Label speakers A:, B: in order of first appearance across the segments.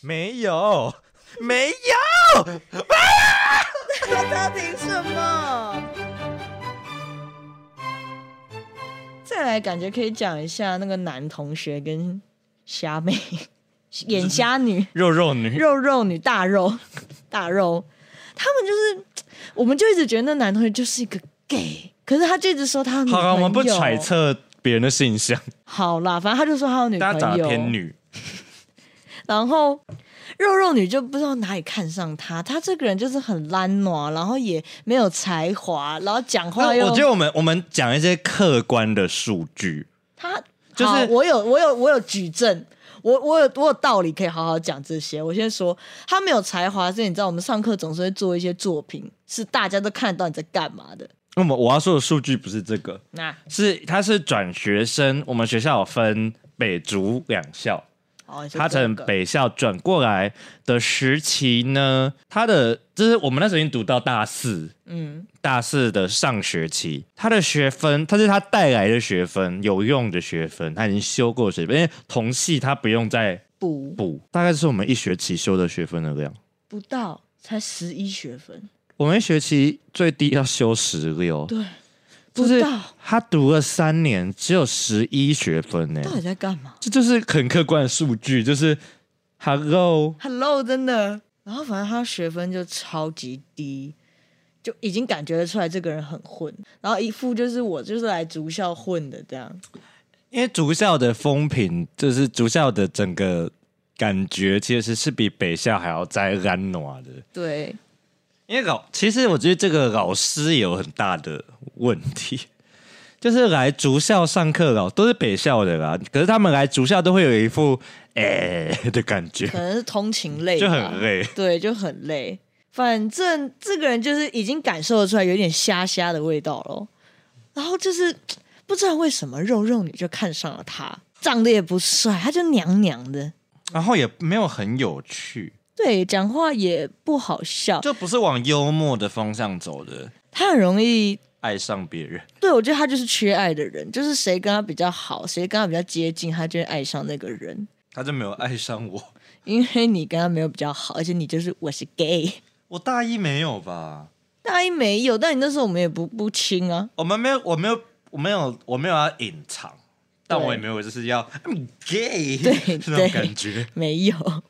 A: 没 有，没有，
B: 他凭什么？再来，感觉可以讲一下那个男同学跟虾 妹、眼虾 女、
A: 肉肉女，
B: 肉肉女、大肉、 大肉，他们就是，我们就一直觉得那男同学就是一个 gay，可是他就一直说他有女
A: 好
B: 朋
A: 了，
B: 友。
A: 我们不揣。测别人的性向，
B: 好啦，反正他就说他有女朋
A: 大家长
B: 友。
A: 得偏女，
B: 然后肉肉女就不知道哪里看上他，他这个人就是很懒惰，然后也没有才华，然后讲话
A: 那
B: 又
A: 我觉得我们我们讲一些客观的数据，
B: 他
A: 就是
B: 好我有我有我有举证。我我有我有道理可以好好讲这些。我先说，他没有才华，是你知道，我们上课总是会做一些作品，是大家都看得到你在干嘛的。
A: 那么我要说的数据不是这个，
B: 那、
A: 是他是转学生，我们学校有分北竹两校，
B: 好，你说
A: 他
B: 这
A: 从
B: 个
A: 北校转过来的时期呢，他的就是我们那时候已经读到大四，
B: 嗯，
A: 大四的上学期，他的学分，他是他带来的学分，有用的学分，他已经修过学分，因为同系他不用再
B: 补
A: 补，大概是我们一学期修的学分的量。
B: 不到，才十一学分，
A: 我们一学期最低要修十六，
B: 对，
A: 就
B: 不
A: 是
B: 到，
A: 他读了三年，只有十一学分呢、
B: 到底在干嘛？
A: 这就是很客观的数据，就是 Hello，
B: Hello，真的。然后反正他学分就超级低，就已经感觉得出来这个人很混。然后一副就是我就是来竹校混的这样。
A: 因为竹校的风评，就是竹校的整个感觉，其实是比北校还要再安暖的。
B: 对，
A: 因为老，其实我觉得这个老师也有很大的问题， 就是来竹校上课的老都是北校的啦，可是他们来竹校都会有一副哎、的感觉，
B: 可啊能是通勤累，
A: 就很。累。
B: 对，就很累。反正这个人就是已经感受得出来有点虾虾的味道咯。然后就是不知道为什么肉肉女就看上了他，长得也不帅，他就娘娘的，
A: 然后也没有很有趣，
B: 对，讲话也不好笑，
A: 就不是往幽默的方向走的，
B: 他很容易
A: 爱上别人。
B: 对，我觉得他就是缺爱的人，就是谁跟他比较好，谁跟他比较接近，他就会爱上那个人。
A: 他就没有爱上我。
B: 因为你跟他没有比较好，而且你就是我是 gay，
A: 我大一没有吧？
B: 大一没有，但你那时候我们也不不亲啊，
A: 我们没有，我没有，我没有，我没有要隐藏，但
B: 对
A: 我也没有就是要 I'm gay
B: 对
A: 那种
B: 对
A: 感觉。
B: 没有，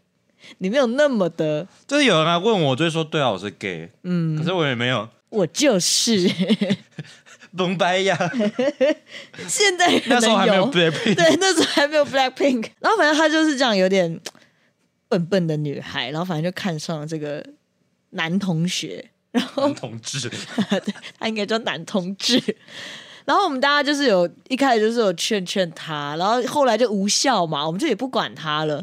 B: 你没有那么的，
A: 就是有人来问我，我就会说对啊，我是 gay，嗯，可是我也没有
B: 我就是。
A: 蒙白呀，
B: 现在可能
A: 那时候还没有
B: 有
A: blackpink，
B: 对，那时候还没有 Blackpink。然后反正她就是这样有点笨笨的女孩，然后反正就看上了这个男同学。
A: 男同志，
B: 他应该叫男同志。 然后我们大家就是有一开始就是有劝劝他，然后后来就无效嘛，我们就也不管他了。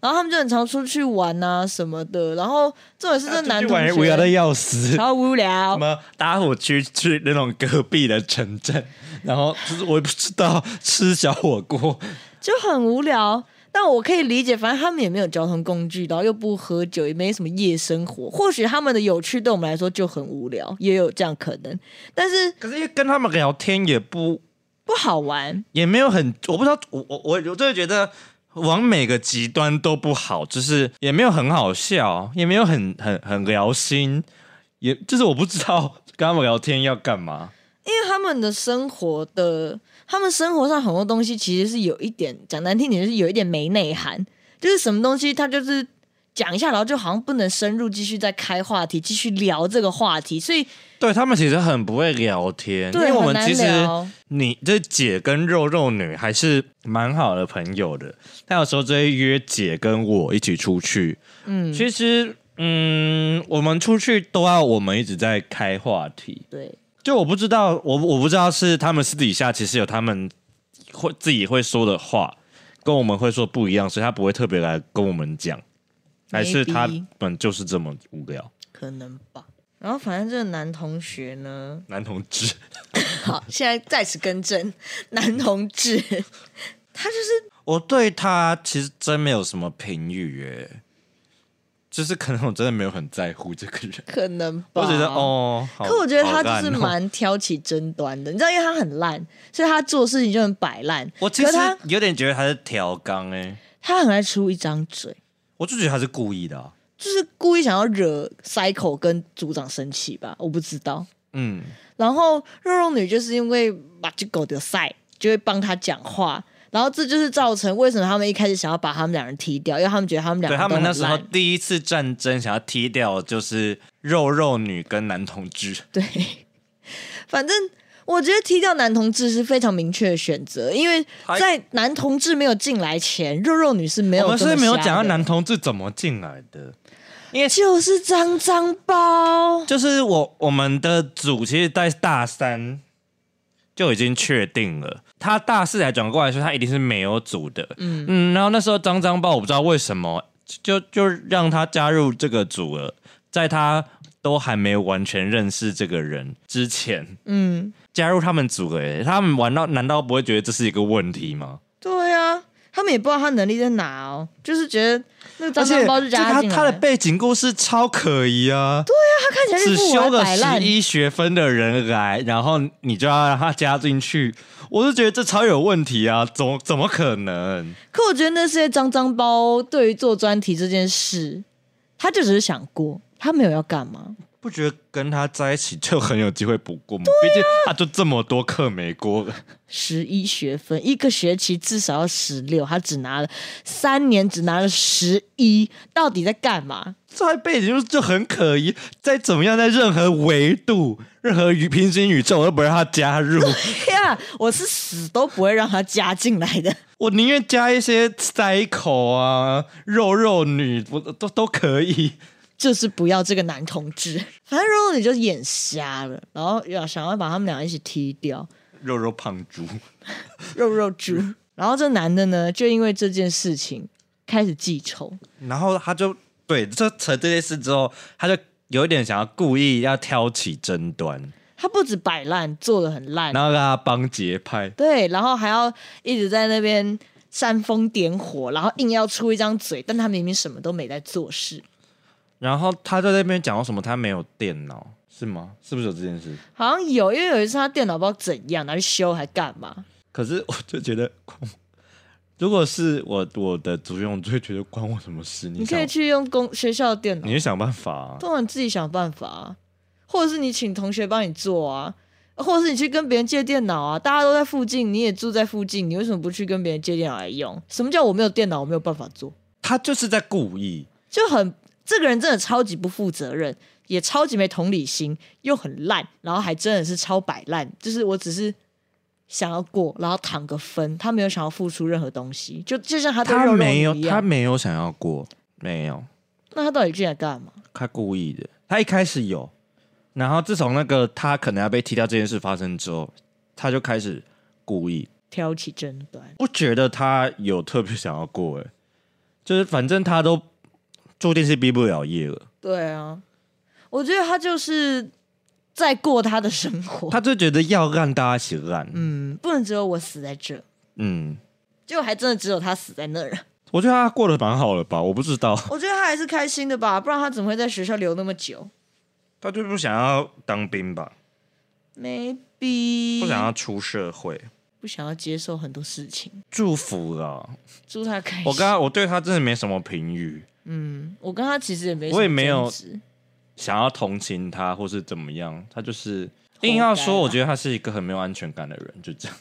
B: 然后他们就很常出去玩啊什么的。然后重点是这
A: 啊
B: 男同
A: 无聊的
B: 学
A: 要死。
B: 超无
A: 什
B: 聊，
A: 么搭火去去那种隔壁的城镇，然后就是我也不知道吃小火锅，
B: 就很无聊。但我可以理解，反正他们也没有交通工具，然后又不喝酒，也没什么夜生活。或许他们的有趣对我们来说就很无聊，也有这样可能，但是
A: 可是因为跟他们聊天也不
B: 嗯不好玩。
A: 也没有很，我不知道，我我我我真的觉得往每个极端都不好，就是也没有很好笑，也没有很很很聊心，也就是我不知道跟他们聊天要干嘛。
B: 因为他们的生活的，他们生活上很多东西其实是有一点讲难听点，就是有一点没内涵，就是什么东西他就是讲一下，然后就好像不能深入继续再开话题，继续聊这个话题，所以
A: 对他们其实很不会聊天，因
B: 对
A: 为我
B: 很
A: 们
B: 难
A: 其实
B: 聊。
A: 你这姐跟肉肉女还是蛮好的朋友的，她有时候就会约姐跟我一起出去。嗯，其实嗯，我们出去都要我们一直在开话题。
B: 对，
A: 就我不知道，我我不知道是他们私底下其实有他们会自己会说的话，跟我们会说不一样，所以他不会特别来跟我们讲，还是他
B: Maybe
A: 们就是这么无聊，
B: 可能吧。然后反正这个男同学呢，
A: 男同志。
B: 好，现在再次更正， 男同志，他就是
A: 我对他其实真没有什么评语耶，就是可能我真的没有很在乎这个人，
B: 可能
A: 我
B: 吧。
A: 觉得哦，好
B: 可我觉得
A: 好
B: 他就是
A: 烂哦
B: 蛮挑起争端的，你知道，因为他很烂，所以他做事情就很摆烂。
A: 我其
B: 可
A: 实
B: 是他
A: 有点觉得他是调缸哎，
B: 他很爱出一张嘴，
A: 我就觉得他是故意的啊、
B: 就是故意想要惹 Cycle 跟组长生气吧，我不知道。
A: 嗯，
B: 然后肉肉女就是因为把这狗的赛就会帮他讲话，然后这就是造成为什么他们一开始想要把他们两人踢掉，因为他们觉得他们两
A: 对
B: 个
A: 他们
B: 都很
A: 那时候
B: 烂。
A: 第一次战争想要踢掉就是肉肉女跟男同志，
B: 对， 反正我觉得踢掉男同志是非常明确的选择，因为
A: 还
B: 在男同志没有进来前，肉肉女是没有
A: 我们
B: 这
A: 是
B: 么
A: 没有
B: 瞎
A: 讲到
B: 的，
A: 男同志怎么进来的，因为
B: 就是脏脏包。
A: 就是我我们的组其实，在大三就已经确定了，他大四才转过来说他一定是没有组的。嗯嗯，然后那时候张张豹我不知道为什么就就让他加入这个组了，在他都还没有完全认识这个人之前
B: 嗯，
A: 加入他们组了耶，他们玩到难道不会觉得这是一个问题吗？
B: 对啊，他们也不知道他能力在哪哦，就是觉得那个脏脏包就加
A: 他
B: 进来
A: 他
B: 了，
A: 的背景故事超可疑啊，
B: 他看起来
A: 只
B: 就是
A: 修
B: 不
A: 了
B: 摆烂
A: 十。一学分的人来，然后你就要让他加进去，我就觉得这超有问题啊！怎么怎么可能？
B: 可我觉得那些脏脏包对于做专题这件事，他就只是想过，他没有要干嘛。
A: 不觉得跟他在一起就很有机会补过吗？
B: 啊
A: 毕竟他就这么多课没过了，
B: 十一学分，一个学期至少要十六，他只拿了三年，只拿了十一，到底在干嘛？
A: 这背景就就很可疑。再怎么样，在任何维度、任何宇平行宇宙，我都不让他加 入。
B: 呀、我是死都不会让他加进来的。
A: 我宁愿加一些 cycle 啊、肉肉女，我都都可以。
B: 就是不要这个男同志，反正肉肉你就眼瞎了，然后要想要把他们俩一起踢掉，
A: 肉肉胖猪，
B: 肉肉猪。然后这男的呢，就因为这件事情开始记仇，
A: 然后他就对这成这件事之后，他就有一点想要故意要挑起争端，
B: 他不止摆烂，做的很烂，
A: 然后让他帮节拍。
B: 对，然后还要一直在那边煽风点火，然后硬要出一张嘴，但他明明什么都没在做事。
A: 然后他在那边讲到什么，他没有电脑是吗？是不是有这件事？
B: 好像有，因为有一次他电脑不知道怎样拿去修，还干嘛？
A: 可是我就觉得，关我如果是我我的主用，我就会觉得关我什么事？你
B: 你可
A: 想
B: 以，去用公学校的电脑
A: 你，就想办法、啊。
B: 都你自己想办法、啊，或者是你请同学帮你做啊，或者是你去跟别人借电脑啊，大家都在附近，你也住在附近，你为什么不去跟别人借电脑来用？什么叫我没有电脑，我没有办法做？
A: 他就是在故意，
B: 就很这个人真的超级不负责任，也超级没同理心，又很烂，然后还真的是超摆烂。就是我只是想要过，然后躺个分，他没有想要付出任何东西，就就像他对
A: 他
B: 肉肉
A: 没有
B: 女一
A: 他
B: 样。
A: 没有想要过，没有。
B: 那他到底进来干嘛？
A: 他故意的。他一开始有，然后自从那个他可能要被踢掉这件事发生之后，他就开始故意。
B: 挑起争端，
A: 不觉得他有特别想要过、欸，就是反正他都注定是毕不了业了，
B: 对啊，我觉得他就是在过他的生活，
A: 他就觉得要让大家一起烂。嗯
B: 嗯，不能只有我死在这，结果还真的只有他死在那儿。
A: 我觉得他过得蛮好了吧，我不知道，
B: 我觉得他还是开心的吧，不然他怎么会在学校留那么久
A: 他就不想要当兵吧，
B: ？Maybe
A: 不想要出社会。
B: 不想要接受很多事情，
A: 祝福了，
B: 祝他开心。
A: 我刚刚我对他真的没什么评语，
B: 我跟他其实也没什么
A: 我也没有
B: 争执
A: 想要同情他或是怎么样，他就是
B: 活该
A: 硬要说，
B: 啦
A: 我觉得他是一个很没有安全感的人，就这样。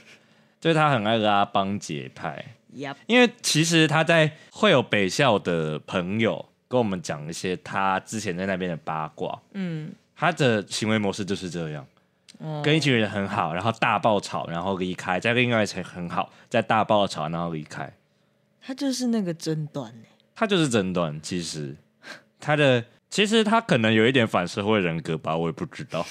A: 就是他很爱拉帮结派，
B: Yup，
A: 因为其实他在会有北校的朋友跟我们讲一些他之前在那边的八卦，
B: 嗯，
A: 他的行为模式就是这样，
B: 哦
A: 跟一群人很好，然后大爆吵，然后离开，再跟另外一群很好，再大爆吵，然后离开。
B: 他就是那个争端欸
A: 他就是争端，其实他的其实他可能有一点反社会人格吧，我也不知道。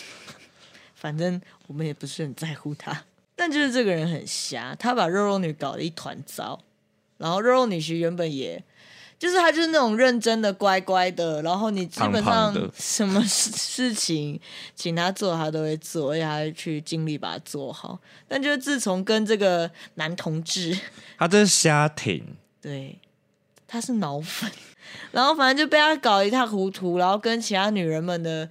B: 反正我们也不是很在乎他，但就是这个人很瞎，他把肉肉女搞得一团糟。然后肉肉女其实原本也，就是她就是那种认真的、乖乖的，然后你基本
A: 胖胖
B: 上
A: 的
B: 什么事 事情请她做，她都会做，而且她会去尽力把它做好。但就是自从跟这个男同志
A: 他这是瞎挺，
B: 对，他是脑粉， 然后反正就被他搞得一塌糊涂，然后跟其他女人们的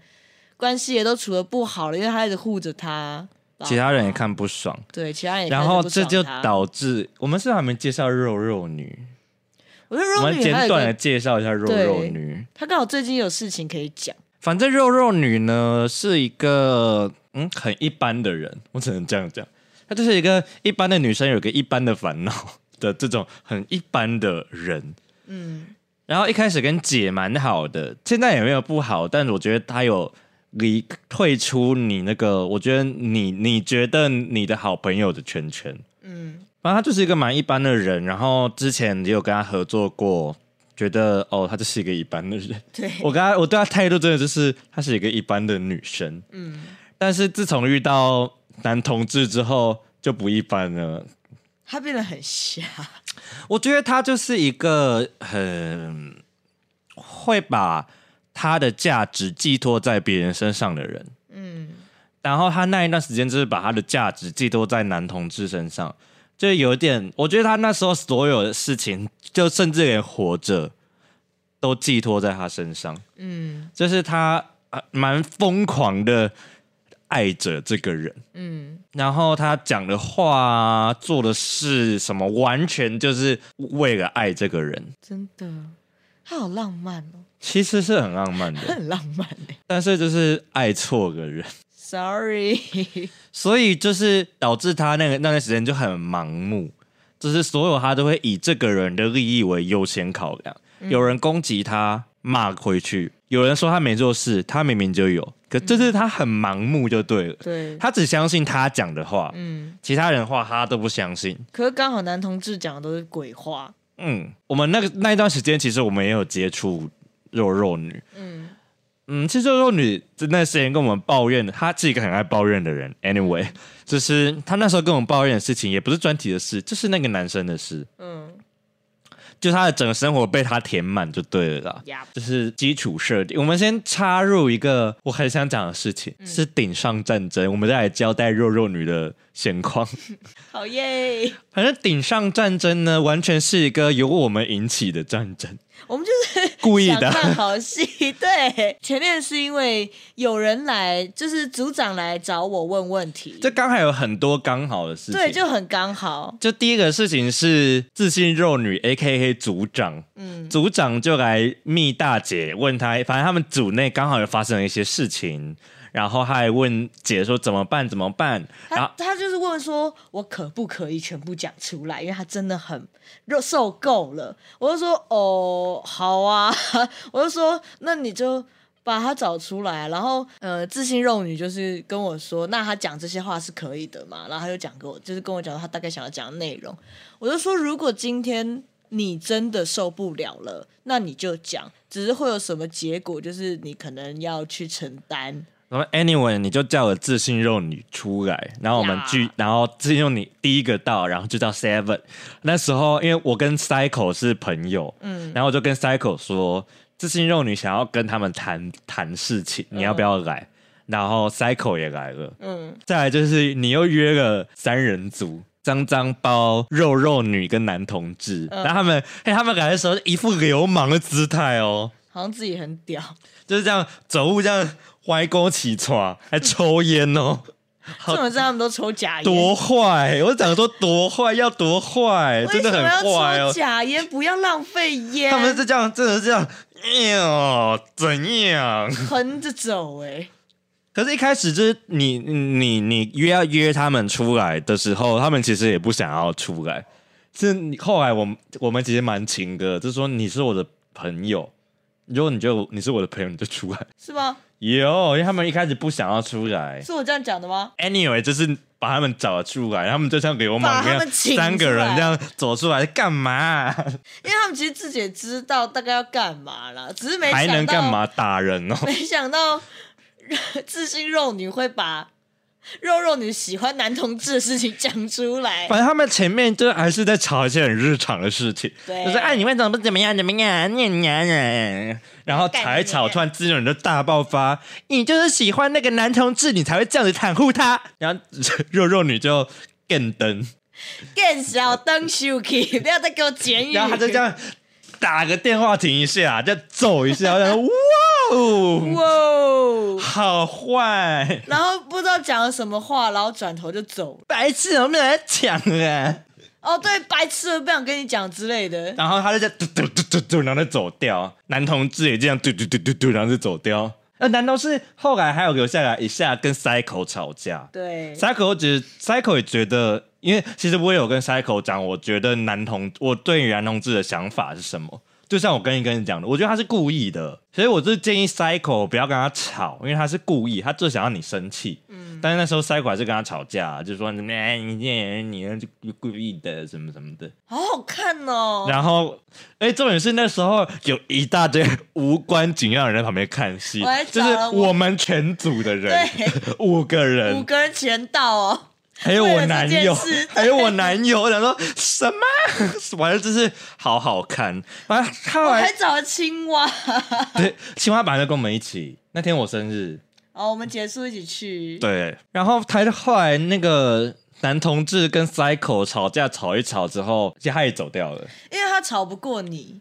B: 关系也都处的不好了，因为他一直护着他，
A: 其他人也看不爽，
B: 对其他人也开
A: 然
B: 始
A: 后
B: 不
A: 这
B: 爽
A: 就
B: 他，
A: 导致我们是不是还没介绍肉肉女，
B: 我觉得
A: 我
B: 肉
A: 们
B: 女还
A: 简
B: 有
A: 短
B: 一
A: 的
B: 个，
A: 介绍一下肉
B: 对
A: 肉女。
B: 她刚好最近有事情可以讲，
A: 反正肉肉女呢是一个嗯很一般的人，我只能这样讲，她就是一个一般的女生，有个一般的烦恼的这种很一般的人。
B: 嗯，
A: 然后一开始跟姐蛮好的，现在也没有不好，但我觉得她有离退出你那个，我觉得你你觉得你的好朋友的圈圈，
B: 嗯，
A: 反正她就是一个蛮一般的人。然后之前也有跟她合作过，觉得哦，她就是一个一般的人。
B: 对，
A: 我跟她我对她态度真的就是她是一个一般的女生，
B: 嗯，
A: 但是自从遇到男同志之后就不一般了。
B: 她变得很瞎，
A: 我觉得他就是一个很会把他的价值寄托在别人身上的人。
B: 嗯，
A: 然后他那一段时间就是把他的价值寄托在男同志身上，就有点，我觉得他那时候所有的事情，就甚至连活着都寄托在他身上，
B: 嗯，
A: 就是他呃蛮疯狂的爱着这个人。
B: 嗯，
A: 然后他讲的话啊、做的事什么，完全就是为了爱这个人，
B: 真的，她好浪漫哦，
A: 其实是很浪漫
B: 她
A: 的，
B: 很浪漫哎
A: 但是就是爱错个人，
B: ，sorry，
A: 所以就是导致他那个那段时间就很盲目，就是所有他都会以这个人的利益为优先考量。有人攻击他，骂回去；有人说他没做事，他明明就有，可就是他很盲目就对了，
B: 对，
A: 他只相信他讲的话，
B: 嗯。
A: 其他人的话他都不相信。
B: 可是刚好男同志讲的都是鬼话，
A: 嗯，我们那个那一段时间，其实我们也有接触肉肉女。
B: 嗯，
A: 嗯，其实肉肉女在那时间跟我们抱怨，她是一个很爱抱怨的人。Anyway，就是她那时候跟我们抱怨的事情，也不是专题的事，就是那个男生的事，
B: 嗯，
A: 就她的整个生活被他填满就对了啦。
B: 呀，
A: 就是基础设定。我们先插入一个我很想讲的事情，
B: 嗯
A: 是顶上战争。我们再来交代肉肉女的现况。
B: 好耶！
A: 反正顶上战争呢，完全是一个由我们引起的战争，
B: 我们就是
A: 故意
B: 想
A: 的。
B: 看好戏。对，前面是因为有人来，就是组长来找我问问题，
A: 这刚好有很多刚好的事情。
B: 对，就很刚好。
A: 就第一个事情是自信肉女 A K A 组长，
B: 嗯
A: 组长就来密大姐问她，反正他们组内刚好有发生了一些事情，然后她还问姐说怎么办怎么办，然
B: 他
A: 后
B: 他就是问说，我可不可以全部讲出来？因为他真的很肉受够了。我就说，哦，好啊。 我就说，那你就把他找出来。然后，呃，自信肉女就是跟我说，那他讲这些话是可以的嘛？然后他就讲给我，就是跟我讲他大概想要讲的内容。我就说，如果今天你真的受不了了，那你就讲，只是会有什么结果，就是你可能要去承担。
A: 然后 anyway 你就叫我自信肉女出来，然后我们
B: 呀
A: 聚，然后自信肉女第一个到，然后就到 seven，那时候因为我跟 cycle 是朋友，嗯，然后我就跟 cycle 说自信肉女想要跟他们谈谈事情，你要不要来？然后 cycle 也来了。
B: 嗯，
A: 再来就是你又约了三人组。脏脏包、肉肉女跟男同志，
B: 嗯
A: 然后他们，哎、他们来的时候一副流氓的姿态哦，
B: 好像自己很屌。
A: 就是这样走路这样歪勾起床，还抽烟 哦，
B: 这种是他们都抽假烟，
A: 多坏！我讲说多坏，要多坏， 真
B: 为
A: 的
B: 什
A: 很
B: 么
A: 坏
B: 要抽
A: 哦。
B: 假烟？不要浪费烟，
A: 他们是这样，真的是这样，哎呦，怎样？
B: 横着走哎、
A: 可是，一开始就是你你你约要约他们出来的时候，他们其实也不想要出来。是你后来我们我们其实蛮情歌，就说你是我的朋友，如果你就你是我的朋友，你就出来。
B: 是吗？
A: 有，因为他们一开始不想要出来。
B: 是我这样讲的吗？
A: Anyway，就是把他们找出来，他们就像流
B: 把
A: 氓
B: 他
A: 一样，
B: 们请
A: 三个
B: 出
A: 人
B: 来
A: 这样走出来干嘛、
B: 因为他们其实自己也知道大概要干嘛啦，只是没
A: 还能
B: 想到
A: 干？嘛？打人哦！
B: 没想到 自信肉女会把肉肉女喜欢男同志的事情讲出来，
A: 反正他们前面就还是在吵一些很日常的事情，
B: 对
A: 就是哎，你们怎么怎么样怎么样，念念念，然后吵一吵，
B: 干你
A: 突然之人就大爆发，你就是喜欢那个男同志，你才会这样子袒护他，然后肉肉女就更 登，
B: 更小灯 s h k 不要再给我剪语，
A: 然后他就这样打个电话停一下，就揍一下，然后哇哦，
B: 哇哦。
A: 好坏，
B: 然后不知道讲了什么话，然后转头就走了。
A: 白痴，我们来抢啊！
B: 哦，对，白痴了，不想跟你讲之 类的。
A: 然后他就在嘟嘟嘟嘟嘟，然后就走掉。男同志也这样嘟嘟嘟嘟嘟，然后就走掉。呃，难道是后来还有留下来一下跟 Cycle 吵架
B: 对，
A: ？Cycle 只 Cycle 也觉得，因为其实我也有跟 Cycle 讲，我觉得男同我对于男同志的想法是什么。就像我跟你跟你讲的，我觉得他是故意的，所以我就是建议 Cycle 不要跟他吵，因为他是故意，他就想要你生气。
B: 嗯
A: 但是那时候 Cycle 还是跟他吵架，就说你哎你你你你故意的什么什么的。
B: 好好看哦。
A: 然后，哎，重点是那时候有一大堆无关紧要的人在旁边看戏
B: 我还，
A: 就
B: 找
A: 是
B: 了我
A: 我们全组的人，五个
B: 五
A: 人，
B: 个人全到哦，
A: 还有我男友
B: 为了这件事，
A: 还有我男友，我想说什么？ 完了，就是好好看。完了，后
B: 我还
A: 来
B: 找了青蛙。
A: 对青蛙本来就跟我们一起，那天我生日，
B: 好，我们结束一起去。
A: 对，然后他后来那个男同志跟 Cycle 吵架吵一吵之后，其实他也走掉了。
B: 因为他吵不过你，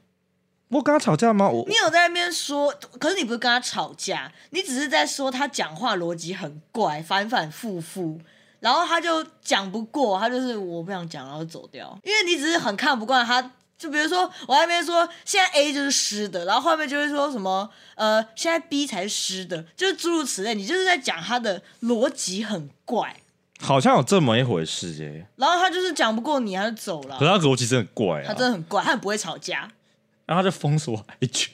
A: 我跟他吵架吗？我
B: 你有在那边说，可是你不是跟他吵架，你只是在说他讲话逻辑很怪，反反复复。然后他就讲不过，他就是我不想讲，然后就走掉。因为你只是很看不惯他，就比如说我在那边说现在 A 就是湿的，然后后面就会说什么呃现在 B 才是湿的，就是诸如此类。你就是在讲他的逻辑很怪，
A: 好像有这么一回事耶、
B: 然后他就是讲不过你，他就走了
A: 可。是他逻辑真的很怪啊，
B: 哦他真的很怪，他很不会 吵架。
A: 然后他就封锁我 IG，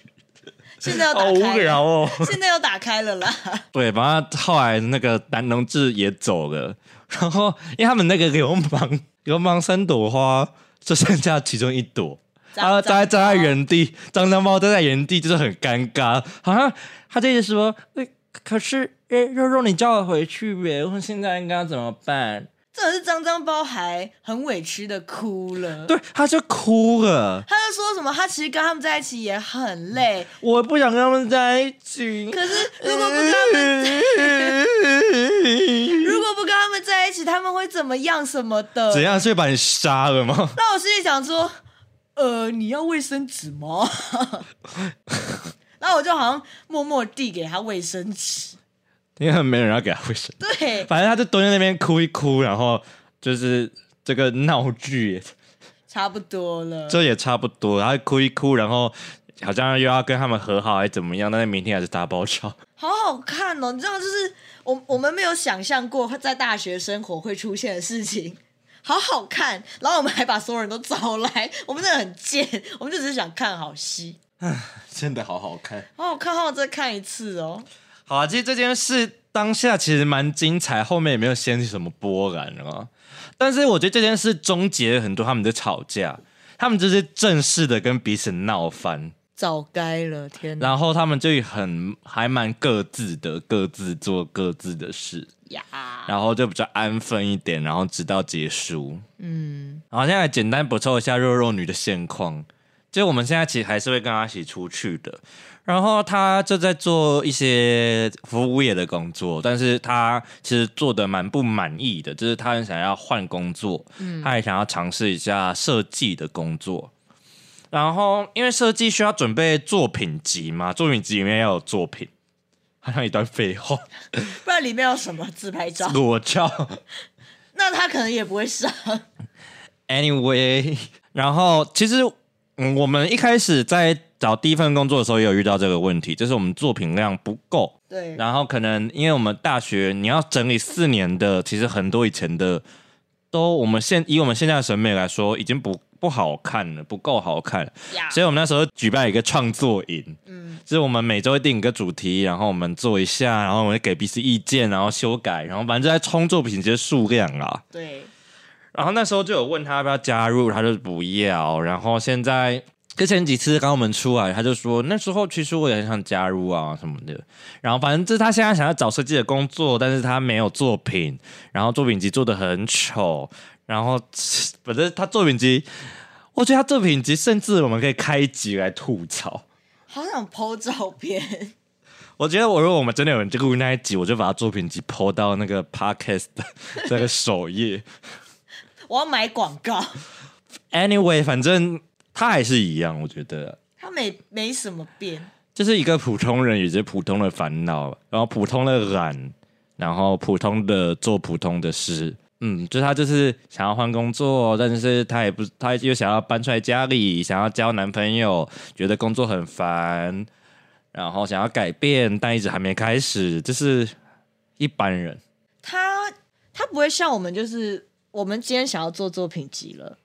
B: 现在要打
A: 好无
B: 开了，
A: 聊哦。
B: 现在要打开了 啦。
A: 对，反正后来那个男同志也走了，然后因为他们那个流氓流氓三朵花就剩下其中一朵，
B: 张
A: 他站在
B: 张
A: 站在原地，张张猫站在原地就是很尴尬，好像他就一直说，呃可是呃肉肉你叫我回去呗，我现在应该怎么办？
B: 这是张张包还很委屈的哭了。
A: 对，他就哭了，
B: 他就说什么，他其实跟他们在一起也很累，
A: 我不想跟他们在一起。
B: 可是如果不跟他们，如果不跟他们在一起，他们会怎么样什么的
A: 怎。样是把你杀了吗？
B: 那我心里想说，呃，你要卫生 纸吗？然后我就好像默默递给他卫生纸，
A: 因为没有人要给他卫生，
B: 对，
A: 反正他就蹲在那边哭一哭，然后就是这个闹剧也
B: 差不多了。
A: 这也差不多，他哭一哭，然后好像又要跟他们和好还怎么样，但是明天还是大爆炒。
B: 好好看哦！你知道，就是我我们没有想象过在大学生活会出现的事情， 好好看。然后我们还把所有人都找来， 我们真的很贱，我们就只是想看好戏，
A: 真的好好看。
B: 好好看，好想再看一次哦。
A: 好啊，其实这件事当下其实蛮精彩，后面也没有掀起什么波澜啊。但是我觉得这件事终结了很多他们的吵架，他们就是正式的跟彼此闹翻。
B: 早该了，天哪
A: 然后他们就很还蛮各自的，各自做各自的事，
B: 呀！
A: 然后就比较安分一点，然后直到结束。
B: 嗯，
A: 然后现在简单补充一下肉肉女的现况，就我们现在其实还是会跟她一起出去的。然后她就在做一些服务业的工作，但是她其实做的蛮不满意的，就是她很想要换工作，她也想要尝试一下设计的工作。然后因为设计需要准备作品集嘛，作品集里面要有作品，好像一段废话，
B: 不然里面有什么自拍照？
A: 裸照。
B: 那他可能也不会上。
A: Anyway，然 后其实、嗯、我们一开始在找第一份工作的时候，也有遇到这个问题，就是我们作品量不够。
B: 对，
A: 然后可能因为我们大学你要整理四年的，其实很多以前的都我们现以我们现在的审美来说，已经不不好看了，不够好看。
B: 呀
A: 所以我们那时候举办一个创作营，
B: 嗯，
A: 就是我们每周会定一个主题，然后我们做一下，然后我们给彼此意见，然后修改，然后反正就在冲作品集的数量啊。
B: 对，
A: 然后那时候就有问他要不要加入，他就不要。然后现在之前几次刚我们出来，他就说那时候其实我也很想加入啊什么的。然后反正就是他现在想要找设计的工作，但是他没有作品，然后作品集做的很丑，然后反正他作品集，我觉得他作品集甚至我们可以开一集来吐槽。
B: 好想 PO 照片，
A: 我觉得，我如果我们真的有人录那一集，我就把他作品集抛到那个 podcast 的这个首页。
B: 我要买广告。
A: Anyway，反正他还是一样，我觉得
B: 他没没什么变，
A: 就是一个普通人，有着普通的烦恼，然后普通的懒，然后普通的做普通的事，嗯，就是他就是想要换工作，但是他也不，他又想要搬出来家里，想要交男朋友，觉得工作很烦，然后想要改变，但一直还没开始，这是一般人。
B: 他他不会像我们，就是我们今天想要做作品集了，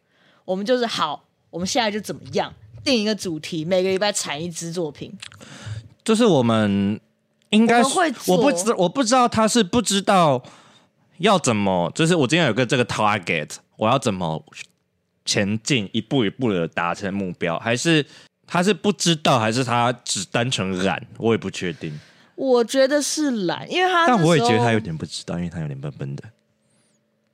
B: 我们就是好，我们现在就怎么样定一个主题，每个礼拜产一支作品。
A: 就是我们应该
B: 我们会
A: 是我不
B: 做
A: 知我不知道他是不知道要怎么，就是我今天有个这个 target，我要怎么前进，一步一步的达成目标，还是他是不知道，还是他只单纯懒，我也不确定。
B: 我觉得是懒，因为他
A: 但
B: 那
A: 我也
B: 时
A: 觉得
B: 候
A: 他有点不知道，因为他有点笨笨的。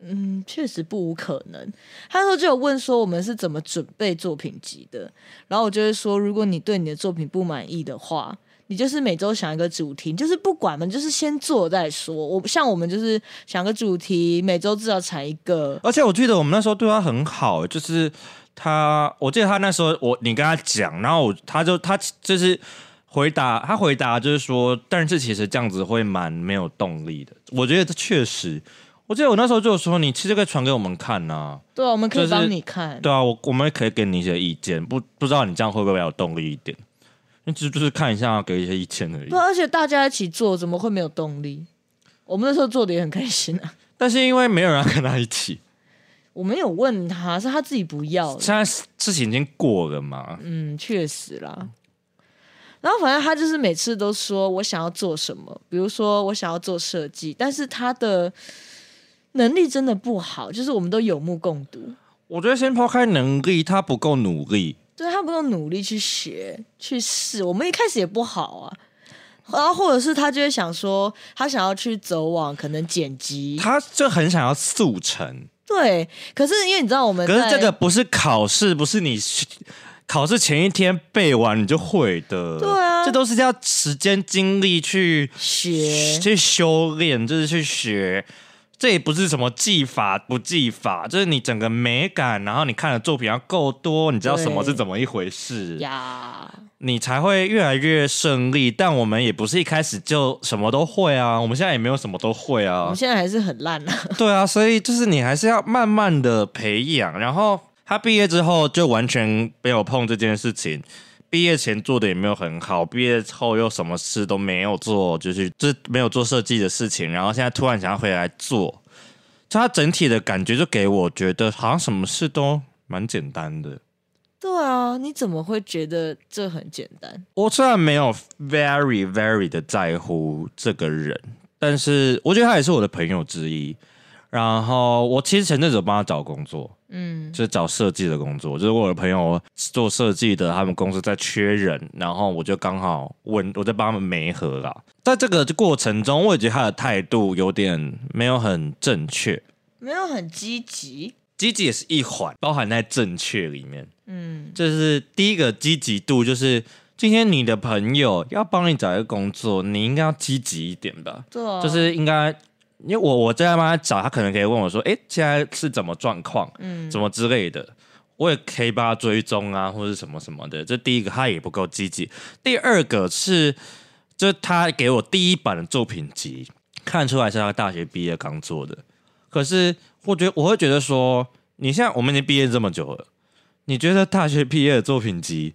B: 嗯，确实不无可能。他那时候就有问说我们是怎么准备作品集的，然后我就会说，如果你对你的作品不满意的话，你就是每周想一个主题，你就是不管嘛，你就是先做再说。我像我们就是想个主题，每周至少产一个。
A: 而且我记得我们那时候对他很好，就是他，我记得他那时候我你跟他讲，然后我他就他就是回答，他回答就是说，但是其实这样子会蛮没有动力的。我觉得这确实，我记得我那时候就有说，你其实可以传给我们看呐、
B: 对啊，我们可
A: 就
B: 以
A: 是
B: 帮你看。
A: 对啊，我我们也可以给你一些意见，不不知道你这样会不会有动力一点？你只就是看一下，给一些意见而已
B: 对。啊，而且大家一起做，怎么会没有动力？我们那时候做的也很开心啊。
A: 但是因为没有人要跟他一起，
B: 我们有问他，是他自己不要的。
A: 现在事情已经过了嘛，
B: 嗯，确实啦。然后反正他就是每次都说我想要做什么，比如说我想要做设计，但是他的能力真的不好，就是我们都有目共睹，
A: 我觉得先抛开能力，他不够努力。
B: 对他不用努力去学去试，我们一开始也不好啊。然后或者是他就会想说，他想要去走往可能剪辑，
A: 他就很想要速成，
B: 对。可是因为你知道我们
A: 可是
B: 在
A: 这个不是考试，不是你考试前一天背完你就会的，
B: 对啊
A: 这都是要时间精力去
B: 学
A: 去修炼，就是去学。这也不是什么技法不技法，就是你整个美感，然后你看的作品要够多，你知道什么
B: 对
A: 是怎么一回事。
B: 呀，
A: 你才会越来越顺利。但我们也不是一开始就什么都会啊，我们现在也没有什么都会
B: 我
A: 啊
B: 们。现在还是很烂啊。
A: 对啊，所以就是你还是要慢慢的培养。然后他毕业之后就完全没有碰这件事情，毕业前做的也没有很好，毕业后又什么事都没有做，就是就是没有做设计的事情。然后现在突然想要回来做，就他整体的感觉就给我觉得好像什么事都蛮简单的。
B: 对啊，你怎么会觉得这很简单？
A: 我虽然没有 very very 的在乎这个人，但是我觉得他也是我的朋友之一。然后我其实前阵子有帮他找工作，
B: 嗯，
A: 就是找设计的工作，就是我的朋友做设计的，他们公司在缺人，然后我就刚好问，我在帮他们媒合啦。在这个过程中，我也觉得他的态度有点没有很正确，
B: 没有很积极。
A: 积极也是一环，包含在正确里面。
B: 嗯，
A: 就是第一个积极度，就是今天你的朋友要帮你找一个工作，你应该要积极一点吧，
B: 对啊，
A: 就是应该。因为我我在帮他找，他可能可以问我说：“诶，现在是怎么状况，
B: 嗯，
A: 怎么之类的。”我也可以帮他追踪啊，或者什么什么的。这第一个，他也不够积极。第二个是，就是他给我第一版的作品集，看出来是他大学毕业刚做的。可是我觉得我会觉得说，你现在我们已经毕业这么久了，你觉得大学毕业的作品集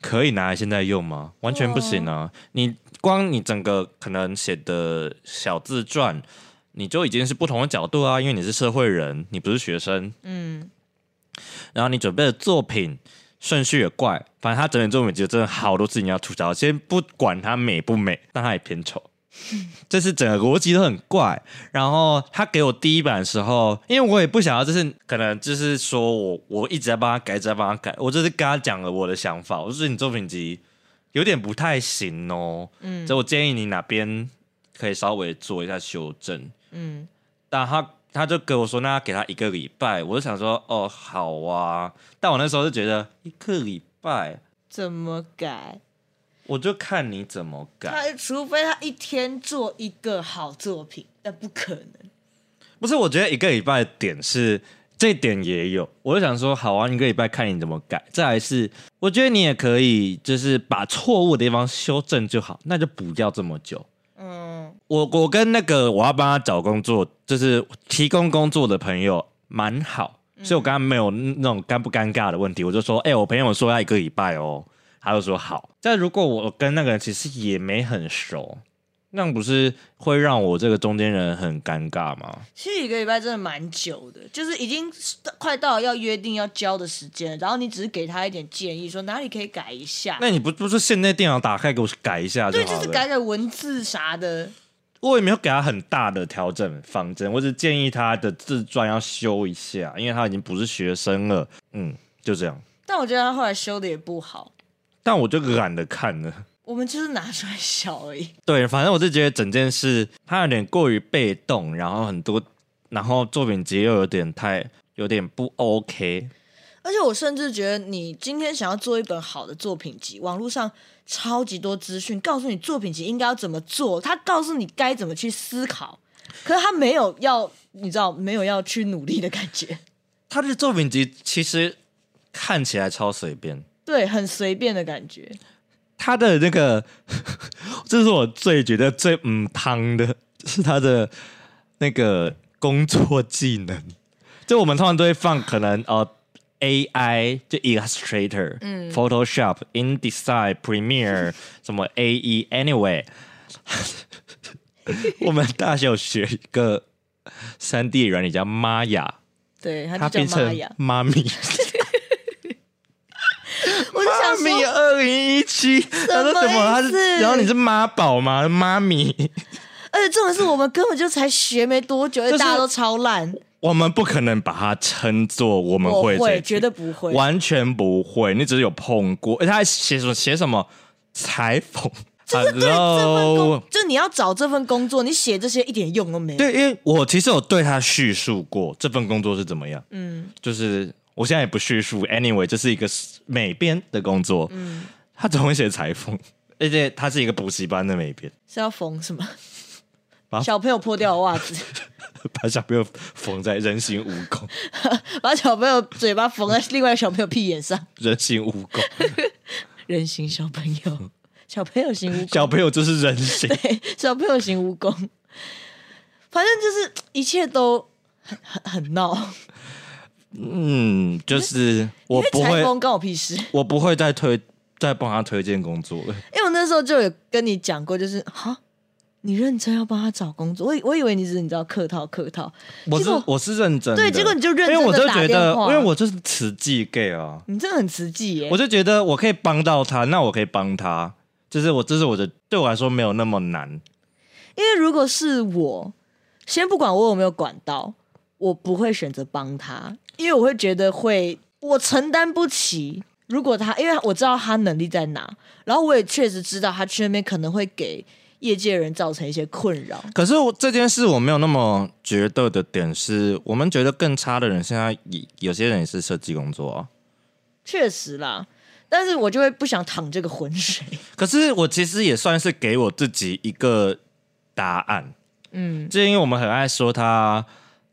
A: 可以拿来现在用吗？完全不行啊！你光你整个可能写的小自传，你就已经是不同的角度啊，因为你是社会人，你不是学生，
B: 嗯，
A: 然后你准备的作品顺序也怪，反正他整理作品集真的好多事情要吐槽，先不管它美不美，但它也偏丑，这是整个逻辑都很怪。然后他给我第一版的时候，因为我也不想要，就是可能就是说我我一直在帮他改，一直在帮他改，我就是跟他讲了我的想法，我说你作品集有点不太行哦，嗯，所以我建议你哪边可以稍微做一下修正，
B: 嗯，
A: 但他他就跟我说，那他给他一个礼拜，我就想说，哦，好啊。但我那时候就觉得一个礼拜，
B: 怎么改？
A: 我就看你怎么改。
B: 他除非他一天做一个好作品，但不可能。
A: 不是，我觉得一个礼拜的点是这点也有，我就想说，好啊，一个礼拜看你怎么改。再来是，我觉得你也可以，就是把错误的地方修正就好，那就不要这么久。
B: 嗯，
A: 我我跟那个我要帮他找工作，就是提供工作的朋友蛮好，所以我刚刚没有那种尴不尴尬的问题，我就说，哎、我朋友说要一个礼拜哦，他就说好。但如果我跟那个人其实也没很熟，那不是会让我这个中间人很尴尬吗？
B: 其实一个礼拜真的蛮久的，就是已经快到要约定要交的时间了，然后你只是给他一点建议，说哪里可以改一下，
A: 那你不不是现在电脑打开给我改一下
B: 对，
A: 好
B: 就
A: 了？
B: 是改改文字啥的，
A: 我也没有给他很大的调整方针，我只建议他的自传要修一下，因为他已经不是学生了。嗯，就这样。
B: 但我觉得他后来修的也不好，
A: 但我就懒得看了。
B: 我们就是拿出来笑而已。
A: 对，反正我就觉得整件事他有点过于被动，然后很多，然后作品集又有点太有点不 OK。
B: 而且我甚至觉得，你今天想要做一本好的作品集，网络上超级多资讯，告诉你作品集应该要怎么做，他告诉你该怎么去思考，可是他没有要，你知道，没有要去努力的感觉，
A: 他的作品集其实看起来超随便，
B: 对，很随便的感觉。
A: 他的那个， 这是我最觉得最嗯汤的，是他的那个工作技能。就我们通常都会放可能呃 AI 就 Illustrator、嗯、Photoshop、InDesign、Premiere 什么 AE Anyway。我们大学有学一个三 D 软体叫玛雅，
B: 对，
A: 它
B: 他就
A: 变
B: 叫玛
A: 成
B: 雅。
A: 妈咪，
B: 我就想
A: 妈咪
B: 说，
A: 二零一七，他说什么？他
B: 意
A: 是
B: 思
A: 然后你是妈宝吗？妈咪。
B: 而且重点是我们根本就才学没多 久，而
A: 就
B: 且
A: 是
B: 大家都超烂，
A: 我们不可能把它称作我们
B: 我
A: 会这一
B: 会
A: 句
B: 绝对不会。
A: 完全不会，你只是有碰过。哎而且他还写什么写什么裁缝
B: 就是
A: 哦
B: 对这份
A: ，hello，
B: 工，就你要找这份工作，你写这些一点用都没有。
A: 对，因为我其实有对他叙述过这份工作是怎么样，
B: 嗯，
A: 就是我现在也不叙述。Anyway，这是一个美编的工作，嗯，他总会写裁缝，而且他是一个补习班的美编，
B: 是要缝什么
A: 把？
B: 小朋友破掉的袜 子，
A: 把小朋友缝在人形蜈蚣，
B: 把小朋友嘴巴缝在另外小朋友屁眼上，
A: 人形蜈蚣，
B: 人形小朋友，小朋友型蜈蚣，
A: 小朋友就是人形，
B: 小朋友型蜈蚣，反正就是一切都很很很闹。
A: 嗯，就是我
B: 因为
A: 不
B: 裁
A: 会，
B: 缝关我屁事。
A: 我不会再推再帮他推荐工作了。
B: 因为我那时候就有跟你讲过，就是哈，你认真要帮他找工作，我以我以为你只是你知道客套客套，
A: 我
B: 结
A: 是
B: 果
A: 我是认真的，
B: 对结果你就认真地
A: 因为我就觉
B: 打
A: 得，
B: 电话
A: 因为我就是慈济 gay 啊，
B: 你真的很实际耶
A: 我。就觉得我可以帮到他，那我可以帮他，就是我这是我的对我来说没有那么难。
B: 因为如果是我，先不管我有没有管到，我不会选择帮他，因为我会觉得会我承担不起。如果他，因为我知道他能力在哪，然后我也确实知道他去那边可能会给业界人造成一些困扰。
A: 可是我这件事我没有那么觉得的点是，我们觉得更差的人，现在也有些人也是设计工作啊。
B: 确实啦，但是我就会不想淌这个浑水。
A: 可是我其实也算是给我自己一个答案，
B: 嗯，
A: 就因为我们很爱说他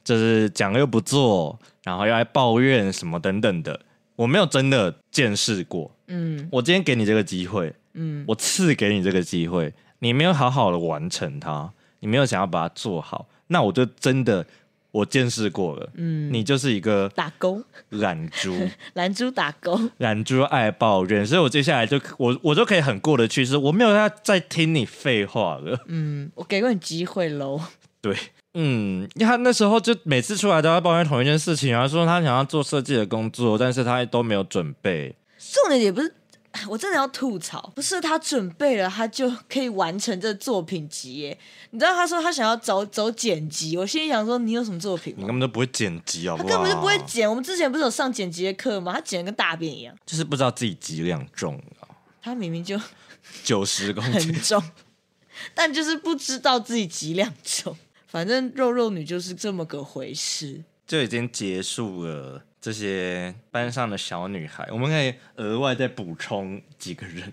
A: 就是讲又不做，然后又爱抱怨什么等等的，我没有真的见识过。
B: 嗯
A: 我今天给你这个机会，
B: 嗯，
A: 我赐给你这个机会，你没有好好的完成它，你没有想要把它做好，那我就真的我见识过了，嗯，你就是一个
B: 打勾，
A: 懒猪，
B: 蓝猪打勾。
A: 懒猪爱抱怨，所以我接下来就我我就可以很过得去，是我没有要再听你废话了。
B: 嗯，我给过你机会喽。
A: 对，嗯，因为他那时候就每次出来都要抱怨同一件事情，然后说他想要做设计的工作，但是他都没有准备。
B: 重点也不是，哎我真的要吐槽，不是他准备了，他就可以完成这作品集耶。你知道他说他想要走走剪辑，我心里想说你有什么作品
A: 你
B: 吗
A: 根？本就不会剪辑，好不
B: 他
A: 好？
B: 根本就不会剪。我们之前不是有上剪辑的课吗？他剪的跟大便一样，
A: 就是不知道自己几两重，
B: 他明明就
A: 九十公斤
B: 很。重， 但就是不知道自己几两重。反正肉肉女就是这么个回事。
A: 就已经结束了这些班上的小女孩，我们可以额外再补充几个人。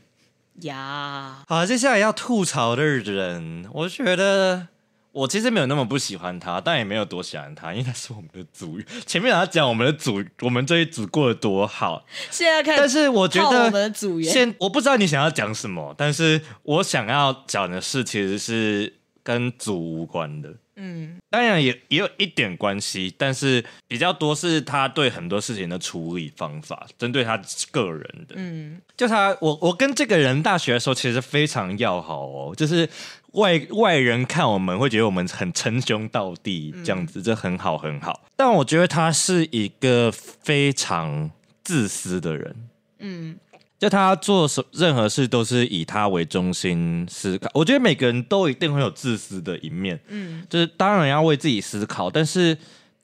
B: 呀，
A: 好，接下来要吐槽的人，我觉得我其实没有那么不喜欢他，但也没有多喜欢他，因为他是我们的组员。前面他讲我们的组，我们这一组过得多好，
B: 现在看，
A: 但是我觉
B: 靠我们
A: 得
B: 的组员
A: 现我不知道你想要讲什么，但是我想要讲的事其实是跟组无关的。
B: 嗯，
A: 当然也也有一点关系，但是比较多是他对很多事情的处理方法，针对他个人的。
B: 嗯，
A: 就他，我我跟这个人大学的时候其实非常要好哦，就是外外人看我们会觉得我们很称兄道弟这样子，这很好很好。但我觉得他是一个非常自私的人，
B: 嗯，
A: 就他做什任何事都是以他为中心思考。我觉得每个人都一定会有自私的一面，
B: 嗯，
A: 就是当然要为自己思考，但是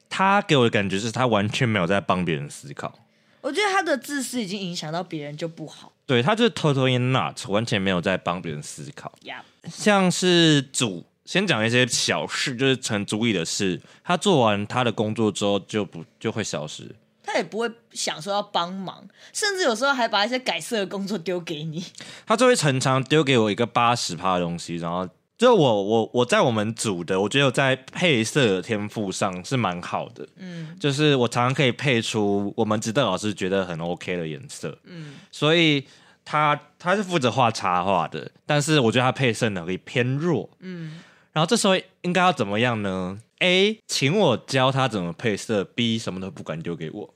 A: 他给我的感觉是他完全没有在帮别人思考。
B: 我觉得他的自私已经影响到别人就不好。
A: 对他就是 totally not，完全没有在帮别人思考。
B: 呀、
A: 像是主，先讲一些小事，就是陈主意的事，他做完他的工作之后就不就会消失。
B: 他也不会想说要帮忙，甚至有时候还把一些改色的工作丢给你。
A: 他就会常常丢给我一个八十趴的东西，然后就我我我在我们组的，我觉得我在配色的天赋上是蛮好的，
B: 嗯
A: 就是我常常可以配出我们指导老师觉得很 OK 的颜色，
B: 嗯
A: 所以他他是负责画插画的，但是我觉得他配色能力偏弱，
B: 嗯
A: 然后这时候应该要怎么样呢？A，请我教他怎么配色；B，什么都不敢丢给我。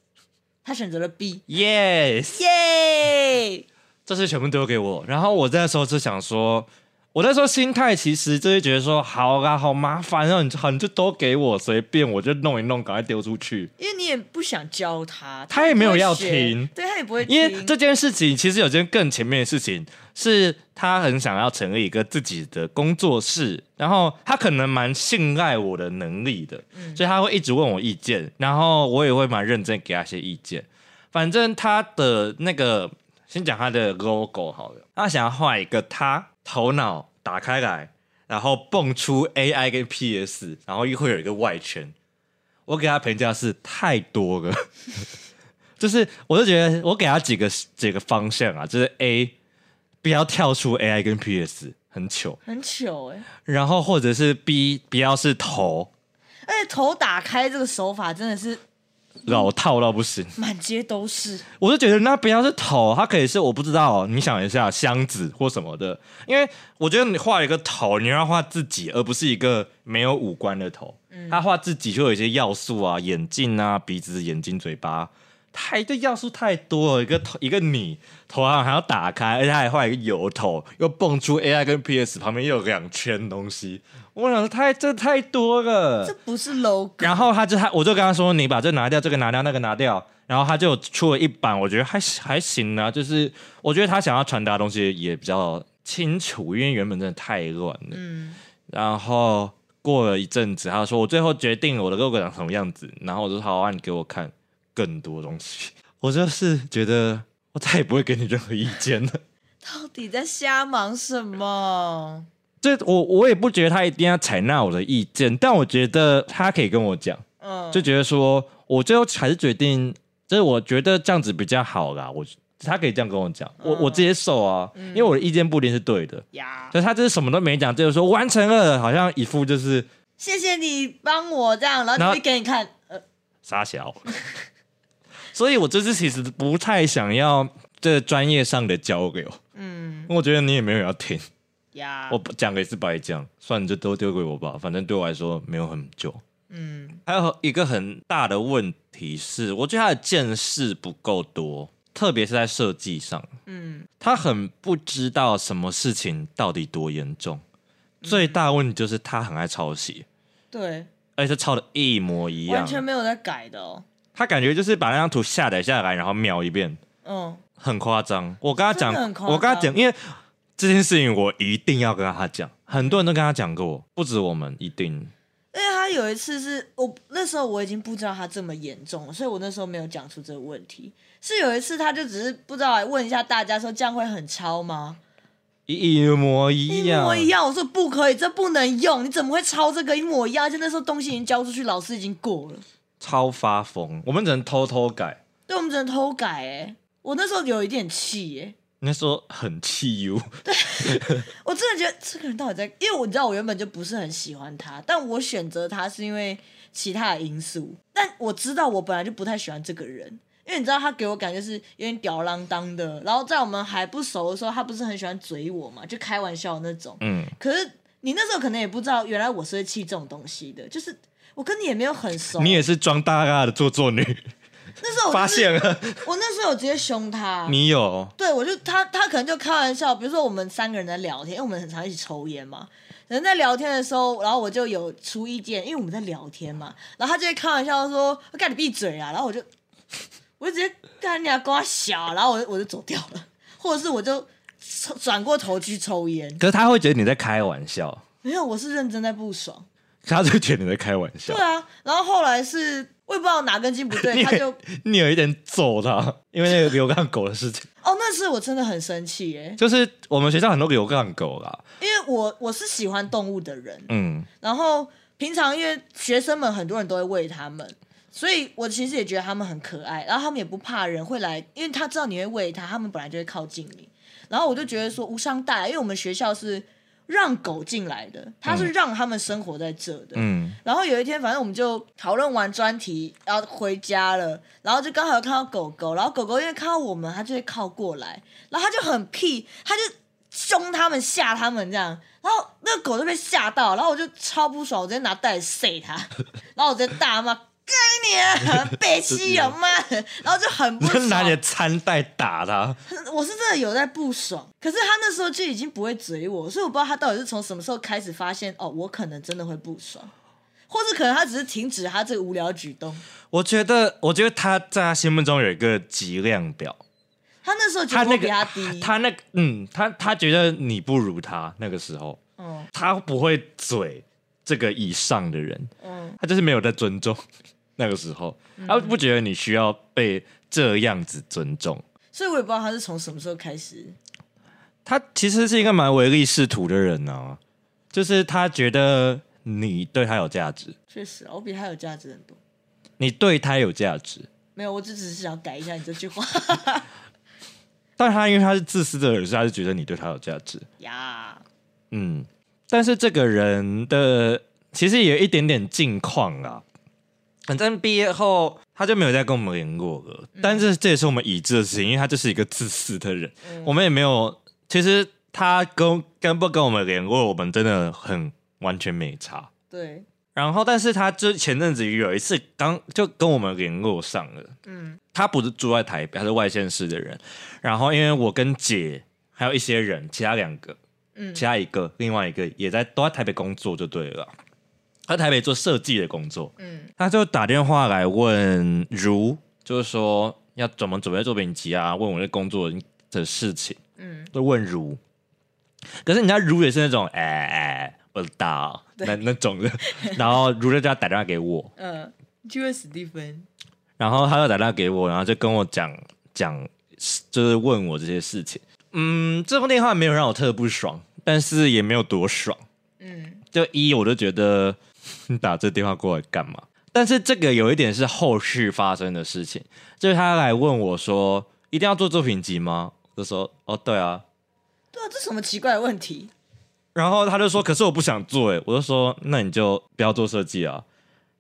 B: 他选择了 B，
A: Yes，
B: 耶
A: 这次全部丢给我。然后我那时候就想说，我那时候心态其实就是觉得说，好啦，好麻烦哦，你就好你就都给我，随便我就弄一弄，赶快丢出去。
B: 因为你也不想教他，
A: 他也没有
B: 不会
A: 要
B: 学
A: 听
B: 对他也不会听，
A: 因为这件事情其实有件更前面的事情，是他很想要成立一个自己的工作室，然后他可能蛮信赖我的能力的，
B: 嗯
A: 所以他会一直问我意见，然后我也会蛮认真给他一些意见。反正他的那个，先讲他的 logo 好了，他想要画一个他头脑打开来，然后蹦出 AI 跟 PS，然后又会有一个外圈。我给他评价是太多了。就是我就觉得我给他几个几个方向啊，就是 A 不要跳出 AI 跟 PS 很糗，
B: 很糗哎、
A: 然后或者是 B 不要是头
B: 而且头打开这个手法真的是
A: 老套到不行，
B: 满街都是，
A: 我就觉得那不要是头，它可以是我不知道，哦你想一下箱子或什么的，因为我觉得你画一个头，你要画自己，而不是一个没有五官的头。他画自己就有一些要素啊，眼镜啊、鼻子、眼睛、嘴巴，太这要素太多了。一个头，一个你头上还要打开，而且他还画一个油头，又蹦出 AI 跟 PS 旁边又有两圈东西。我想说太这太多了，
B: 这不是 logo，
A: 然后他就他，我就跟他说，你把这拿掉，这个拿掉，那个拿掉。然后他就出了一版，我觉得还还行啊，就是我觉得他想要传达的东西也比较清楚，因为原本真的太乱了。
B: 嗯
A: 然后过了一阵子，他说我最后决定我的 logo 长什么样子，然后我就说好啊，你给我看更多东西。我就是觉得我再也不会给你任何意见了。
B: 到底在瞎忙什么？
A: 这我我也不觉得他一定要采纳我的意见，但我觉得他可以跟我讲。
B: 嗯，
A: 就觉得说，我最后还是决定，就是我觉得这样子比较好啦。我他可以这样跟我讲，我我接受啊，因为我的意见不一定是对的。
B: 呀，
A: 所以他就是什么都没讲，就是说完成了，好像一副就是
B: 谢谢你帮我这样，然
A: 然后
B: 后就给你看，呃，
A: 傻小。所以我这次其实不太想要这专业上的交流，
B: 嗯
A: 因为我觉得你也没有要听，
B: 呀，
A: 我讲也是白讲，算你就都丢给我吧，反正对我来说没有很久。
B: 嗯
A: 还有一个很大的问题是，我觉得他的见识不够多，特别是在设计上，
B: 嗯，
A: 他很不知道什么事情到底多严重。最大问题就是他很爱抄袭，
B: 对，
A: 而且抄的一模一
B: 完
A: 样。
B: 全没有在改的哦，
A: 他感觉就是把那张图下载下来，然后描一遍，
B: 嗯，
A: 很夸张。我跟他讲
B: 真的很，夸张
A: 我跟他讲，因为这件事情我一定要跟他讲，很多人都跟他讲过，不止我们，一定。
B: 因为他有一次是我那时候我已经不知道他这么严重了，所以我那时候没有讲出这个问题。是有一次他就只是不知道来问一下大家说这样会很超吗？
A: 一一模
B: 一
A: 一样，
B: 模一样，我说不可以，这不能用，你怎么会抄这个一模一样？而且那时候东西已经交出去，老师已经过了，
A: 超发疯。我们只能偷偷改，
B: 对我们只能偷改哎、我那时候有一点气哎、
A: 那时候很气 U，
B: 我真的觉得这个人到底在，因为我知道我原本就不是很喜欢他，但我选择他是因为其他的因素。但我知道我本来就不太喜欢这个人，因为你知道他给我感觉是有点吊儿郎当的。然后在我们还不熟的时候，他不是很喜欢嘴我嘛，就开玩笑那种。
A: 嗯，
B: 可是你那时候可能也不知道，原来我是会气这种东西的，就是我跟你也没有很熟。
A: 你也是装大大的做作女，
B: 那时候我、
A: 发
B: 哦就是，
A: 现了，
B: 我那时候有直接凶他。
A: 你有
B: 对，我就他他可能就开玩笑，比如说我们三个人在聊天，因为我们很常一起抽烟嘛。人在聊天的时候，然后我就有出意见，因为我们在聊天嘛，然后他就会开玩笑说：“干你闭嘴啊！”然后我就 我就直接干你啊，瓜小，然后我就我就走掉了，或者是我就抽转过头去抽烟。
A: 可是他会觉得你在开玩笑，
B: 没有，我是认真在不爽。
A: 他就觉得你在开玩笑
B: 对，啊，然后后来是我也不知道哪根筋不 对，
A: 你
B: 他就
A: 你有一点揍他，因为那个流浪狗的事情，
B: 哦，那次我真的很生气耶，
A: 就是我们学校很多流浪狗啦，
B: 因为我我是喜欢动物的人，
A: 嗯，
B: 然后平常因为学生们很多人都会喂他们，所以我其实也觉得他们很可爱，然后他们也不怕人，会来，因为他知道你会喂它，他们本来就会靠近你。然后我就觉得说无伤大雅，因为我们学校是让狗进来的，它是让他们生活在这的。
A: 嗯，
B: 然后有一天，反正我们就讨论完专题，然后回家了，然后就刚好有看到狗狗，然后狗狗因为看到我们，它就会靠过来，然后它就很屁，它就凶他们、吓他们这样，然后那个狗就被吓到，然后我就超不爽，我直接拿袋子 塞它，然后我直接大骂。该你啊， 北西有吗？然后就很 不
A: 你就
B: 爽，
A: 拿你的餐袋打他，
B: 我是真的有在不爽，可是他那时候就已经不会嘴我，所以我不知道他到底是从什么时候开始发现哦，我可能真的会不爽，或是可能他只是停止他这个无聊举动。
A: 我觉得，我觉得他在他心目中有一个极量表，
B: 他那时候觉
A: 他
B: 得我
A: 那
B: 比
A: 个
B: 他低，
A: 他那个，嗯，他他觉得你不如他那个时候，
B: 嗯
A: 他不会嘴这个以上的人，
B: 嗯，
A: 他就是没有在尊重 那个时候，他不觉得你需要被这样子尊重。
B: 所以我也不知道他是从什么时候开始。
A: 他其实是一个蛮唯利是图的人啊，就是他觉得你对他有价值，
B: 确实啊，我比他有价值很多。
A: 你对他有价值，
B: 没有，我只只是想改一下你这句话
A: 但他因为他是自私的人，所以他就觉得你对他有价值。
B: 呀。
A: 嗯，但是这个人的其实也有一点点近况啦。反正毕业后他就没有再跟我们联络了，但是这也是我们已知的事情，因为他就是一个自私的人，我们也没有。其实他跟跟不跟我们联络，我们真的很完全没差。
B: 对，
A: 然后，但是他就前阵子有一次刚就跟我们联络上了，
B: 嗯
A: 他不是住在台北，他是外县市的人。然后因为我跟姐还有一些人，其他两个，
B: 嗯
A: 其他一个，另外一个也在都在台北工作就对了。他在台北做设计的工作，
B: 嗯
A: 他就打电话来问如，就是说要怎么准备作品集啊，问我的工作的事情，
B: 嗯，
A: 就问如。可是人家如也是那种哎哎不知道那那种的， 然后如就叫他打电话给我，
B: 嗯，就会史蒂芬。
A: 然后他就打电话给我，然后就跟我讲讲，就是问我这些事情。嗯，这通电话没有让我特不爽，但是也没有多爽。
B: 嗯
A: 就一我就觉得 你打这电话过来干嘛？但是这个有一点是后续发生的事情，就是他来问我说一定要做作品集吗？我就说哦对啊，
B: 对啊，这什么奇怪的问题？
A: 然后他就说可是我不想做哎，我就说那你就不要做设计啊。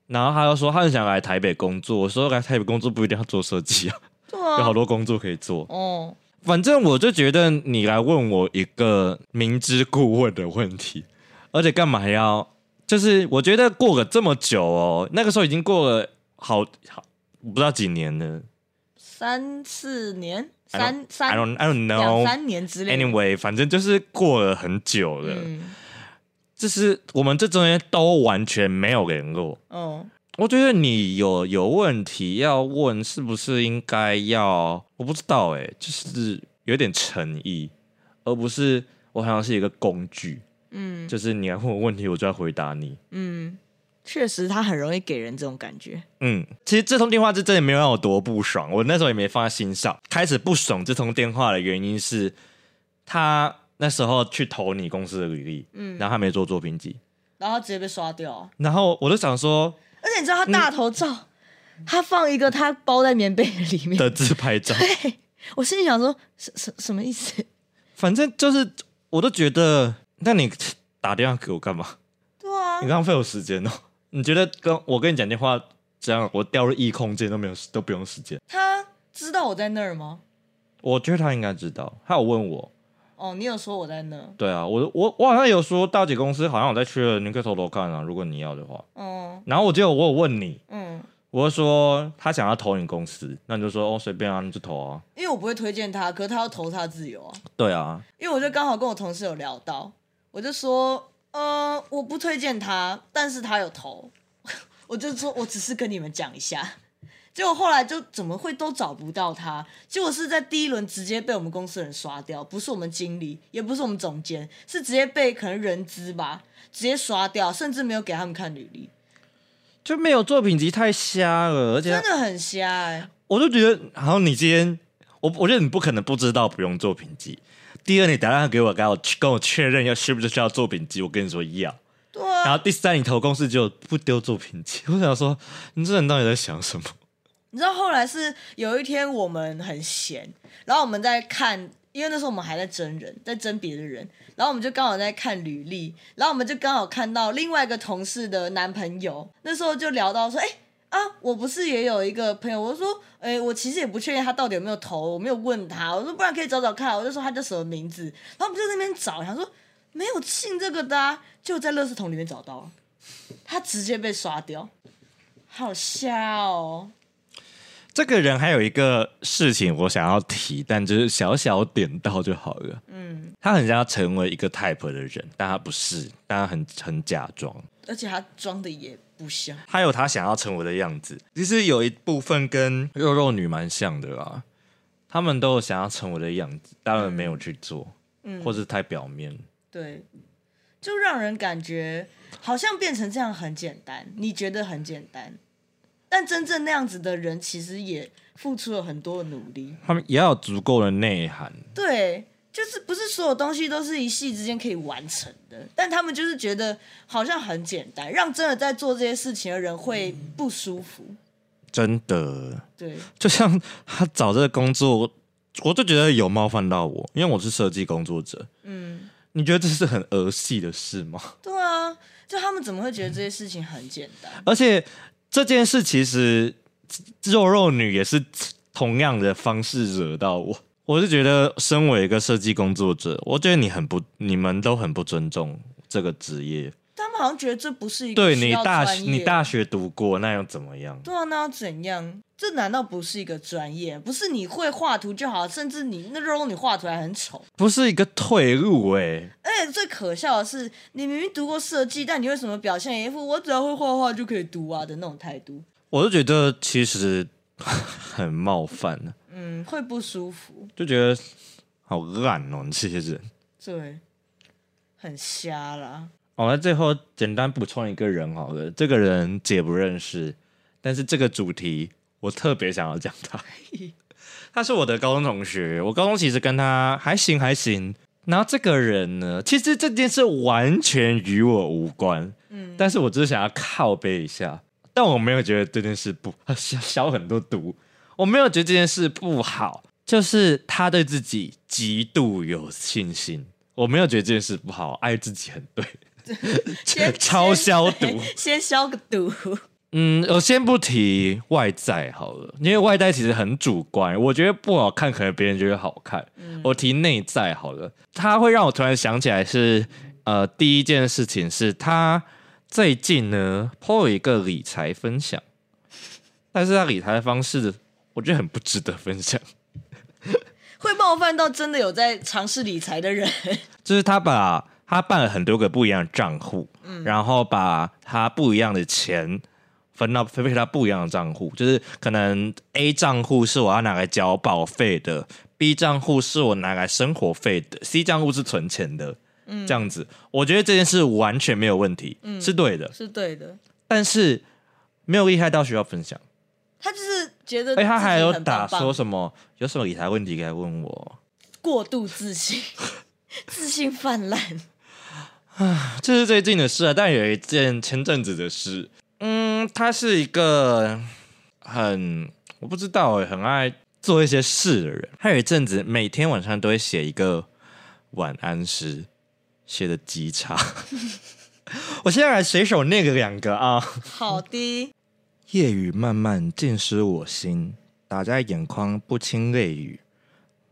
A: 然后他就说他很想来台北工作，我说来台北工作不一定要做设计啊，
B: 对
A: 有好
B: 啊，
A: 多工作可以做。
B: 哦，
A: 反正我就觉得你来问我一个明知故问的问题，而且干嘛要？就是我觉得过了这么久哦，那个时候已经过了好好不知道几年了
B: 三四年，
A: I
B: 三
A: don't-
B: 三
A: ，I don't I don't
B: 两
A: know。
B: 三年之类的。
A: Anyway，反正就是过了很久了，
B: 嗯，
A: 就是我们这中间都完全没有联络。
B: 哦，
A: 我觉得你有有问题要问，是不是应该要？我不知道哎、就是有点诚意，而不是我好像是一个工具，
B: 嗯
A: 就是你来问我问题，我就要回答你。
B: 嗯，确实他很容易给人这种感觉。
A: 嗯，其实这通电话是真的没有让我多不爽，我那时候也没放在心上。开始不爽这通电话的原因是，他那时候去投你公司的履历，
B: 嗯，
A: 然后他没做作品集，
B: 然后直接被刷掉啊。
A: 然后我就想说
B: 而且你知道他大头照，他放一个他包在棉被里面，
A: 的自拍照，
B: 对我心里想说，什什什么意思？
A: 反正就是我都觉得，那你打电话给我干嘛？
B: 对啊
A: 你，浪费我时间哦。你觉得跟我跟你讲电话这样，我掉入异空间都没有都不用时间？
B: 他知道我在那儿吗？
A: 我觉得他应该知道，他有问我，
B: 哦，你有说我在那，
A: 对啊，我我我好像有说大姐公司好像有在缺，你可以偷偷看啊，如果你要的话。
B: 哦，
A: 然后我记得我有问你，
B: 嗯，
A: 我就说他想要投你公司，那你就说哦随便啊，你就投啊。
B: 因为我不会推荐他，可是他要投他自由啊，
A: 对啊，
B: 因为我就刚好跟我同事有聊到，我就说，呃，我不推荐他，但是他有投， 我就说我只是跟你们讲一下。结果后来就怎么会都找不到他？结果是在第一轮直接被我们公司人刷掉，不是我们经理，也不是我们总监，是直接被可能人资吧，直接刷掉，甚至没有给他们看履历，
A: 就没有作品集太瞎了，而且
B: 真的很瞎哎、
A: 我就觉得，然后你今天，我我觉得你不可能不知道不用作品集。第二，你打电话给我，跟我跟我确认要是不是需要作品集，我跟你说要。
B: 对啊，
A: 然后第三，你投公司就不丢作品集。我想说，你这人到底在想什么？
B: 你知道后来是有一天我们很闲，然后我们在看，因为那时候我们还在争人，在争别的人，然后我们就刚好在看履历，然后我们就刚好看到另外一个同事的男朋友，那时候就聊到说，哎、啊，我不是也有一个朋友，我就说，哎、我其实也不确定他到底有没有投，我没有问他，我说不然可以找找看，我就说他叫什么名字，然后我们就在那边找，想说没有姓这个的、啊，就在垃圾桶里面找到了，他直接被刷掉，好瞎哦。
A: 这个人还有一个事情我想要提，但就是小小点到就好了。嗯，他很想要成为一个 type 的人，但他不是，但他很很假装。
B: 而且他装的也不像。
A: 他有他想要成为的样子。其实有一部分跟肉肉女蛮像的啦，他们都有想要成为的样子，当然没有去做，或是太表面。
B: 对，就让人感觉好像变成这样很简单，你觉得很简单，但真正那样子的人其实也付出了很多的努力。
A: 他们也要有足够的内涵。
B: 对，就是不是所有东西都是一夕之间可以完成的，但他们就是觉得好像很简单，让真的在做这些事情的人会不舒服。
A: 真的，
B: 对，
A: 就像他找这个工作，我就觉得有冒犯到我，因为我是设计工作者。
B: 嗯，
A: 你觉得这是很儿戏的事吗？
B: 对啊，就他们怎么会觉得这些事情很简单？
A: 而且这件事其实肉肉女也是同样的方式惹到我。我是觉得，身为一个设计工作者，我觉得你很不，你们都很不尊重这个职业。
B: 他们好像觉得这不是一个
A: 对
B: 需
A: 你
B: 要
A: 大
B: 专业
A: 你大学读过，那又怎么样？
B: 对啊，那要怎样？这难道不是一个专业？不是你会画图就好，甚至你那肉肉你画图还很丑。
A: 不是一个退路哎、
B: 而且最可笑的是，你明明读过设计，但你为什么表现一副我只要会画画就可以读啊的那种态度？
A: 我就觉得其实很冒犯，
B: 嗯，会不舒服，
A: 就觉得好烂哦，你这些人。
B: 对，很瞎啦。
A: 哦，那最后简单补充一个人好了，这个人姐不认识，但是这个主题我特别想要讲他。 他是我的高中同学，我高中其实跟他还行还行。然后这个人呢，其实这件事完全与我无关，嗯，但是我只是想要靠背一下，但我没有觉得这件事不 小小很多毒，我没有觉得这件事不好，就是他对自己极度有信心，我没有觉得这件事不好，爱自己很对。
B: 先
A: 超消毒，
B: 先消个毒。
A: 嗯，我先不提外在好了，因为外在其实很主观，我觉得不好看，可能别人觉得好看。我提内在好了，它会让我突然想起来是，呃，第一件事情是他最近呢颇有一个理财分享，但是他理财的方式，我觉得很不值得分享。
B: 会冒犯到真的有在尝试理财的人，
A: 就是他把他办了很多个不一样的账户，
B: 嗯
A: 然后把他不一样的钱分到分配到不一样的账户，就是可能 A 账户是我要拿来交保费的，B 账户是我拿来生活费的，C 账户是存钱的，
B: 嗯
A: 这样子，我觉得这件事完全没有问题，是对的，
B: 是对的。
A: 但是没有厉害到需要分享。
B: 他就是觉得，
A: 哎，他还有打
B: 棒棒
A: 说什么有什么理财问题可以问我，
B: 过度自信， 自信泛滥。
A: 这是最近的事啊，但有一件前阵子的事，嗯，他是一个很我不知道欸很爱做一些事的人。他有一阵子每天晚上都会写一个晚安诗，写的极差。 我现在来随手念个两个啊。
B: 好的，
A: 夜雨漫漫，尽失我心，打在眼眶不轻泪雨。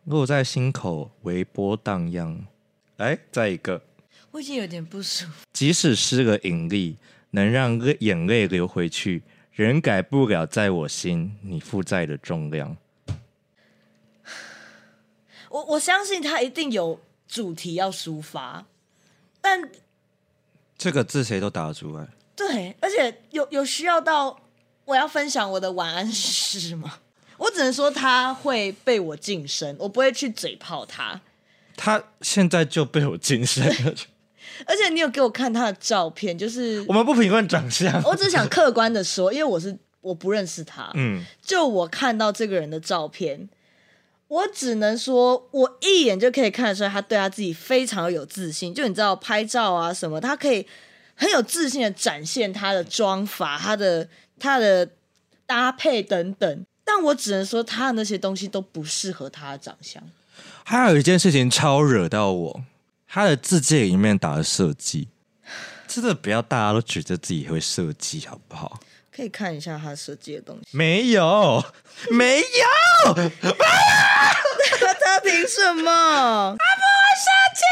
A: 落在心口，微波荡漾。哎，再一个，
B: 我已经有点不舒服。
A: 即使失了引力，能让泪眼泪流回去，仍改不了在我心你负载的重量。
B: 我我相信他一定有主题要抒发，但
A: 这个字谁都打得出来。
B: 对，而且有有需要到我要分享我的晚安诗吗？ 我只能说他会被我晋升，我不会去嘴炮他。
A: 他现在就被我晋升了。
B: 而且你有给我看他的照片，就是
A: 我们不评论长相。
B: 我只想客观的说，因为我是我不认识他，
A: 嗯，
B: 就我看到这个人的照片，我只能说，我一眼就可以看得出来，他对他自己非常有自信。就你知道拍照啊什么，他可以很有自信的展现他的妆法、他的他的搭配等等。但我只能说，他的那些东西都不适合他的长相。
A: 还有一件事情超惹到我，他的字界里面打的设计，真的不要大家都觉得自己会设计，好不好？
B: 可以看一下他设计的东西。
A: 没有，没有，
B: 他凭什么？他不会生气。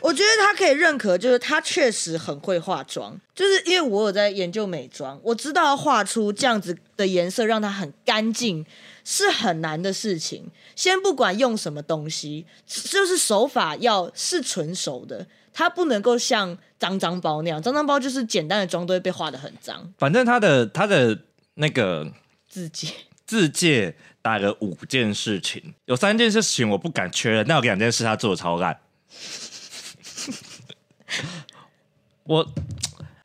B: 我觉得他可以认可，就是他确实很会化妆，就是因为我有在研究美妆，我知道要画出这样子的颜色让它很干净是很难的事情。先不管用什么东西，就是手法要是纯熟的，它不能够像脏脏包那样，脏脏包就是简单的妆都会被画的很脏。
A: 反正他的他的那个
B: 自己
A: 字界打了五件事情，有三件事情我不敢确认，但有两件事他做的超烂。 我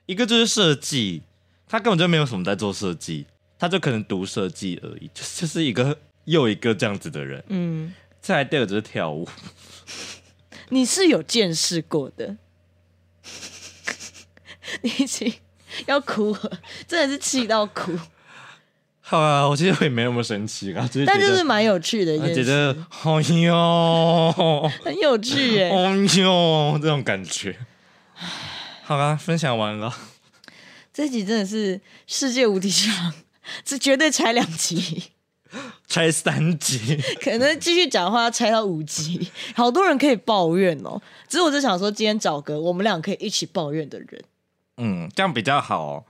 A: 一个就是设计，他根本就没有什么在做设计，他就可能读设计而已，就就是一个又一个这样子的人。
B: 嗯，
A: 再来第二个就是跳舞，
B: 你是有见识过的， 你已经要哭了，真的是气到哭，
A: 好啊，我其实我也没那么生气啊，就是
B: 但
A: 觉
B: 就
A: 得
B: 是蛮有趣的一
A: 我
B: 件
A: 觉
B: 事，
A: 得啊好哟。
B: 很有 趣耶、
A: 哦哟，这种感觉。好啦，分享完了。
B: 这集真的是世界无敌长，这绝对拆两集，
A: 拆三集，
B: 可能继续讲的话要拆到五集，好多人可以抱怨哦。只是我就想说，今天找个我们俩可以一起抱怨的人，
A: 嗯，这样比较好、哦，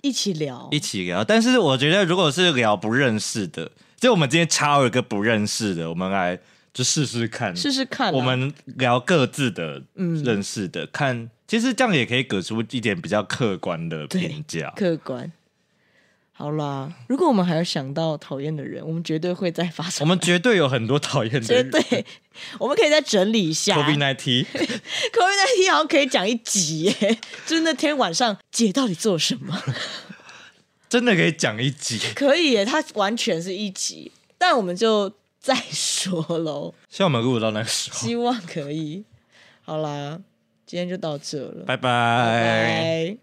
B: 一起聊
A: 一。起聊。但是我觉得，如果是聊不认识的，就我们今天超有一个不认识的，我们来就试试看，
B: 试试看啊、
A: 我们聊各自的认识的，看其实这样也可以给出一点比较客观的评价。
B: 客观。好啦，如果我们还有想到讨厌的人，我们绝对会再发
A: 我
B: 生。
A: 们绝对有很多讨厌的
B: 绝
A: 人
B: 对，啊我们可以再整理一下。
A: ，COVID nineteen，
B: COVID 19好像可以讲一集耶，就是那天晚上姐到底做了什么？
A: 真的可以讲一集。
B: 可以耶，它完全是一集，但我们就再说喽，
A: 希望我们录到那个 时候，
B: 希望可以。好啦，今天就到这了，
A: 拜
B: 拜拜